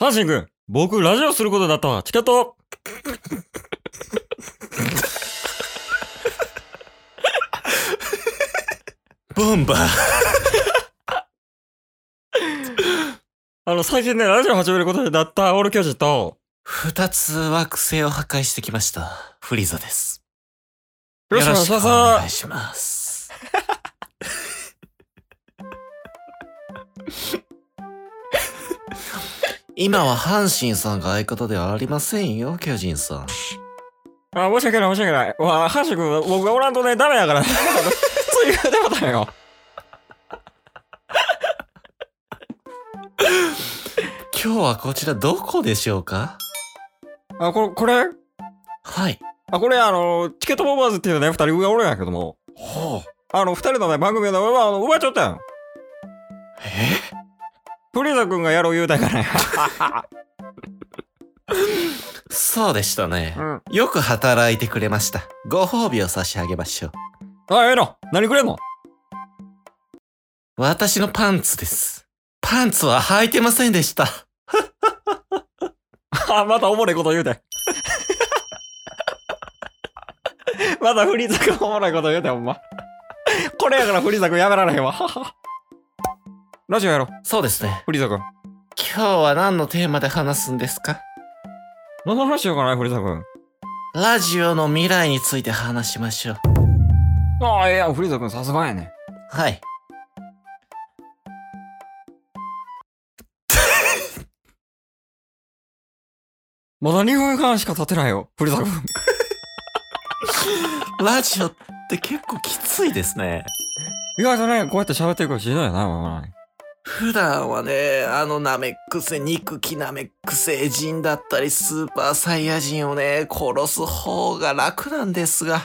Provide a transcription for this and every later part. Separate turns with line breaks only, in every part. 阪神君、僕、ラジオすることだったわ。チケット
ボンバー。
あの、最近ね、ラジオ始めることになったオール巨人と、
二つ惑星を破壊してきました。フリーザです。
よろしくお願いし
よろ
ま
し
す
くお。願いします。今は阪神さんが相方ではありませんよ、巨人さん。
あ、申し訳ない、申し訳ない。わあ、阪神君、僕がおらんとね、ダメやから。 そういうダメだよ。
今日はこちらどこでしょうか
あ、これ、これ、
はい。
あ、これ、あの、チケットボンバーズっていうね、二人上おるんやけども、
ほう。
あの、二人のね、番組の上は、あの、奪っちゃったん。
え
フリーザ君がやろう言うたからや。
そうでしたね。
うん。
よく働いてくれました。ご褒美を差し上げましょう。
あ、ええの。何くれんの
私のパンツです。パンツは履いてませんでした。
あ、 またおもろいこと言うて。またフリーザ君おもろいこと言うて、ほんま。これやからフリーザ君やめられへんわ。 ラジオやろう、
そうですね。
フリーザ君。
今日は何のテーマで話すんですか
何の話しようかな、フリーザ君。
ラジオの未来について話しましょう。
ああ、いや、フリーザ君さすがやね。
はい。
まだ2分半しか経ってないよ、フリーザ君。
ラジオって結構きついですね。
意外とね、こうやって喋っていくのしんどいよな、ほら
普段はね、あのナメックセ、憎きナメック星人だったり、スーパーサイヤ人をね、殺す方が楽なんですが、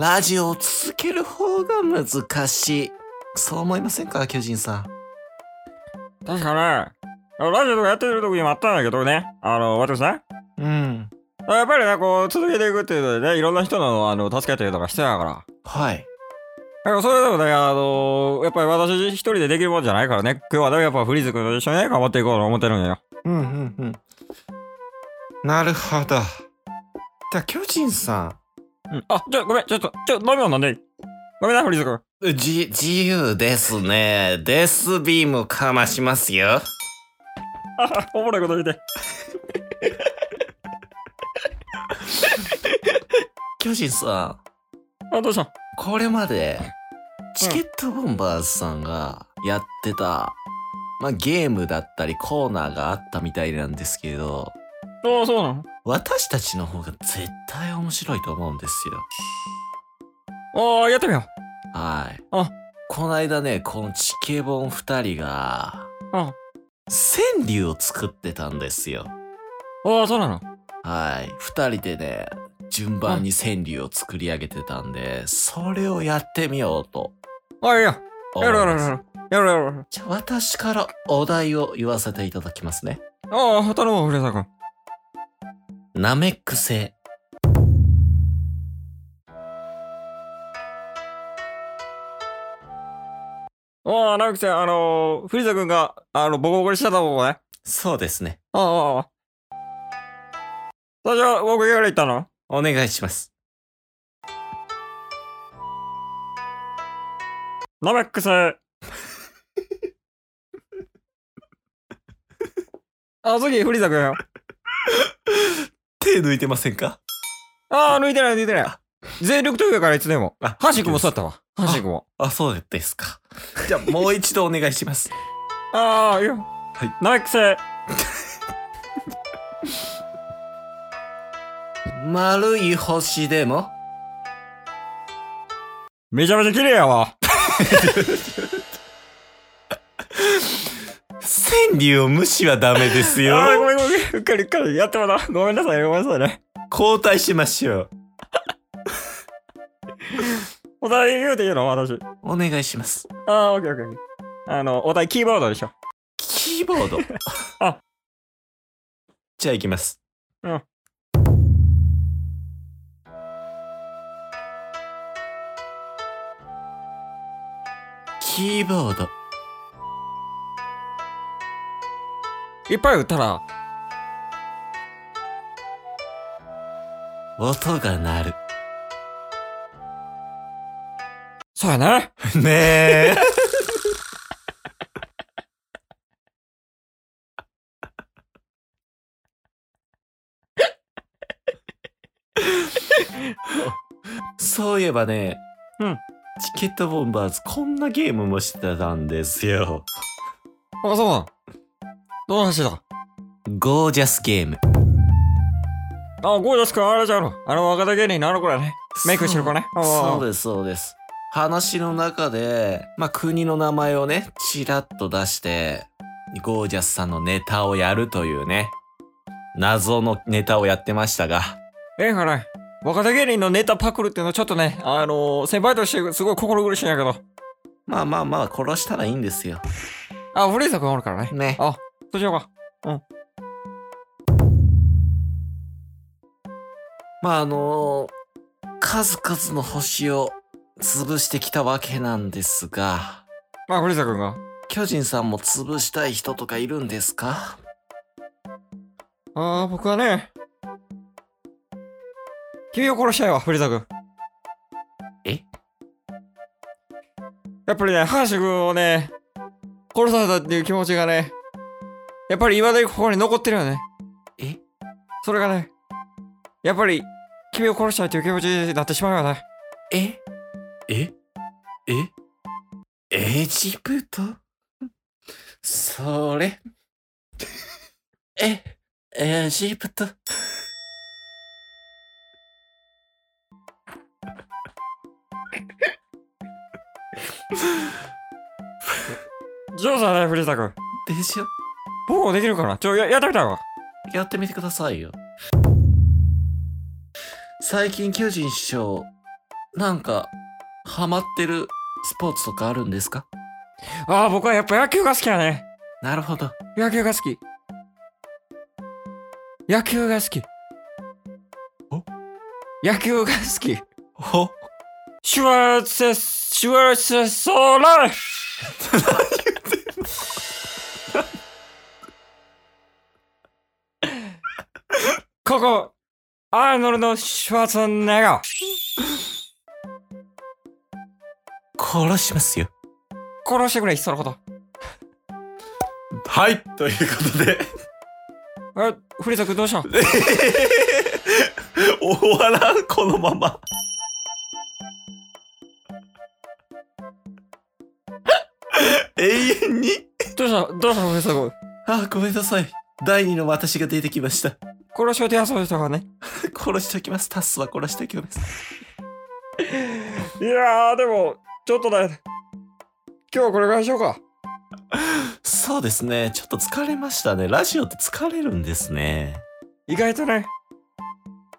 ラジオを続ける方が難しい。そう思いませんか、巨人さん。
確かね、あのラジオとかやってる時にもあったんだけどね、あの、私ね、
うん。
やっぱりね、こう、続けていくっていうのでね、いろんな人の、あの、助け合ったりとかしてたから。
はい。
だからそれでもね、あのー、やっぱり私一人でできるもんじゃないからね、今日はね、やっぱフリーズ君と一緒にね、頑張っていこうと思ってるんだよ。
うんうんうん。なるほど。じゃあ、巨人さ
うん。あ、ちょ、ごめん、ちょっと、ちょ、飲み物飲んでいいごめんな、フリーズ君。
ん。じ、自由ですね。デスビームかましますよ。
あ、おもろいこと言って。
巨人さん、
あ、どうした
これまで、チケットボンバーズさんがやってた、まあ、ゲームだったりコーナーがあったみたいなんですけど、
あ、そうなの
私たちの方が絶対面白いと思うんですよ。
ああ、やってみよ
はい。
あ
こないだね、このチケボン二人が、
う。あ、
川柳を作ってたんですよ。
ああ、そうなの
はい。二人でね、順番に川柳を作り上げてたんで、それをやってみようと
あ、いいや。
思
や
い
ろうやろう
ま
や
す。
ろう。やろうやろうや
じゃあ私からお題を言わせていただきますね。
ろう。ああ、頼むわ、フリーズ君。
ナメック星。
ああ、なくて、あのー、フリーズ君が、あの、ボコボコにしてたもんね。
そうですね。
ああ、ああああ。最初、僕いから言ったの
お願いします。
ナメックス。 あ、次、フリーザ君よ。
手抜いてませんか
あー、抜いてない、抜いてない。全力投球やからいつでも。
あ
阪神君もそうだったわ。阪神君も。
あ、そうですか。じゃあもう一度お願いします。
あー、いいよ。
い
ナメックス。
丸い星でも、
めちゃめちゃ綺麗やわ。
川柳を無視はダメです
あ
よ。
ー、ごめんごめん。うっかりうっかり。やってもらう。ごめんなさい、ごめんなさいね。
交代しましょう。
お題言うていいの私。
お願いします。
あー、オッケーオッケーオッケー。あの、お題キーボードでしょ。。
キーボード
あ
じゃあ行きます。
うん。
キーボード。
いっぱい打ったら、
音が鳴る。
そうやな。
ねえ。そういえばね、
うん
チケットボンバーズこんなゲームもしてたんですよ。
あ、そうなん。どの話だ
ゴージャスゲーム。
あ、ゴージャス君あれじゃろ。あの若手芸人のあの子らね。メイクしてる子ね。あ
そうです、そうです。話の中で、まあ、国の名前をね、ちらっと出して、ゴージャスさんのネタをやるというね、謎のネタをやってましたが、
ええから、若手芸人のネタパクるっていうのはちょっとね、あのー、先輩としてすごい心苦しいんやけど。
まあまあまあ、殺したらいいんですよ。
あ、フリーザ君おるからね。
ね。
あ、そうしようか。
まああの数々の星を潰してきたわけなんですが、
まあ、フリーザ君が。
巨人さんも潰したい人とかいるんですか
ああ、僕はね、君を殺したいわ、フリーザ君。
え
やっぱりね、ハーシュ君をね、殺されたっていう気持ちがね、やっぱり今でここに残ってるよね。
え
それがね、やっぱり君を殺したいという気持ちになってしまうよね。
えええエジプトそれ えエジプト
上手だね、フリーザ君。
でしょ
僕もできるから。ちょ、や、やってみたいわ。
やってみてくださいよ最近巨人師匠なんかハマってるスポーツとかあるんですか
ああ、僕はやっぱ野球が好きやね。
なるほど
野球が好き。野球が好き。
お
野球が好き。
ほ
シュワーツェ、シュワーツェソーライここ、アーノルド・シュワーツェネッガー。
殺しますよ
殺してくれ、いっそのこと。
はいということで
え、フリーザ君どうした
終わらんこのまま永遠に
どうしたどうしたフリーザ君。
あごめんなさい第二の私が出てきました
殺しを手遊びしたからね。
殺しておきますタスは殺しておきます
いやー、でも、ちょっとだよ。今日はこれぐらいにしようか。
そうですね。ちょっと疲れましたね。ラジオって疲れるんですね。
意外とね、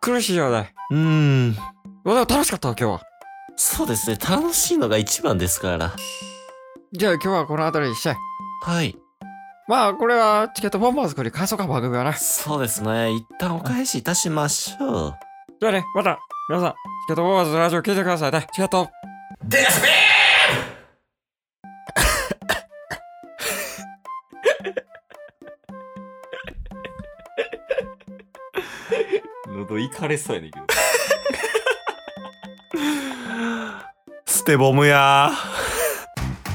苦しいよね。
うーん。
まあでも楽しかったわ、今日は。
そうですね。楽しいのが一番ですから。
じゃあ今日はこの辺りにして。
はい。
まあ、これはチケットボンバーズくり返そうか、番組はな。じ
そうですね。一旦お返しいたしましょう。
ゃあね、また、皆さん、チケットボンバーズのラジオ聞いてくださいね。チケット。
デスピ
喉いかれそうやねんけ ど。
ステボムや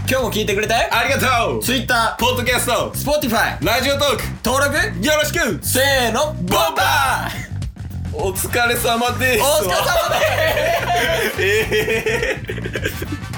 今日も聞いてくれて
ありがとう !Twitter、ポッドキャスト、
Spotify、
ラジオトーク、
登録、
よろしく
せーの、ボン
ボンバーお疲れ様です
お疲れ様です
ええ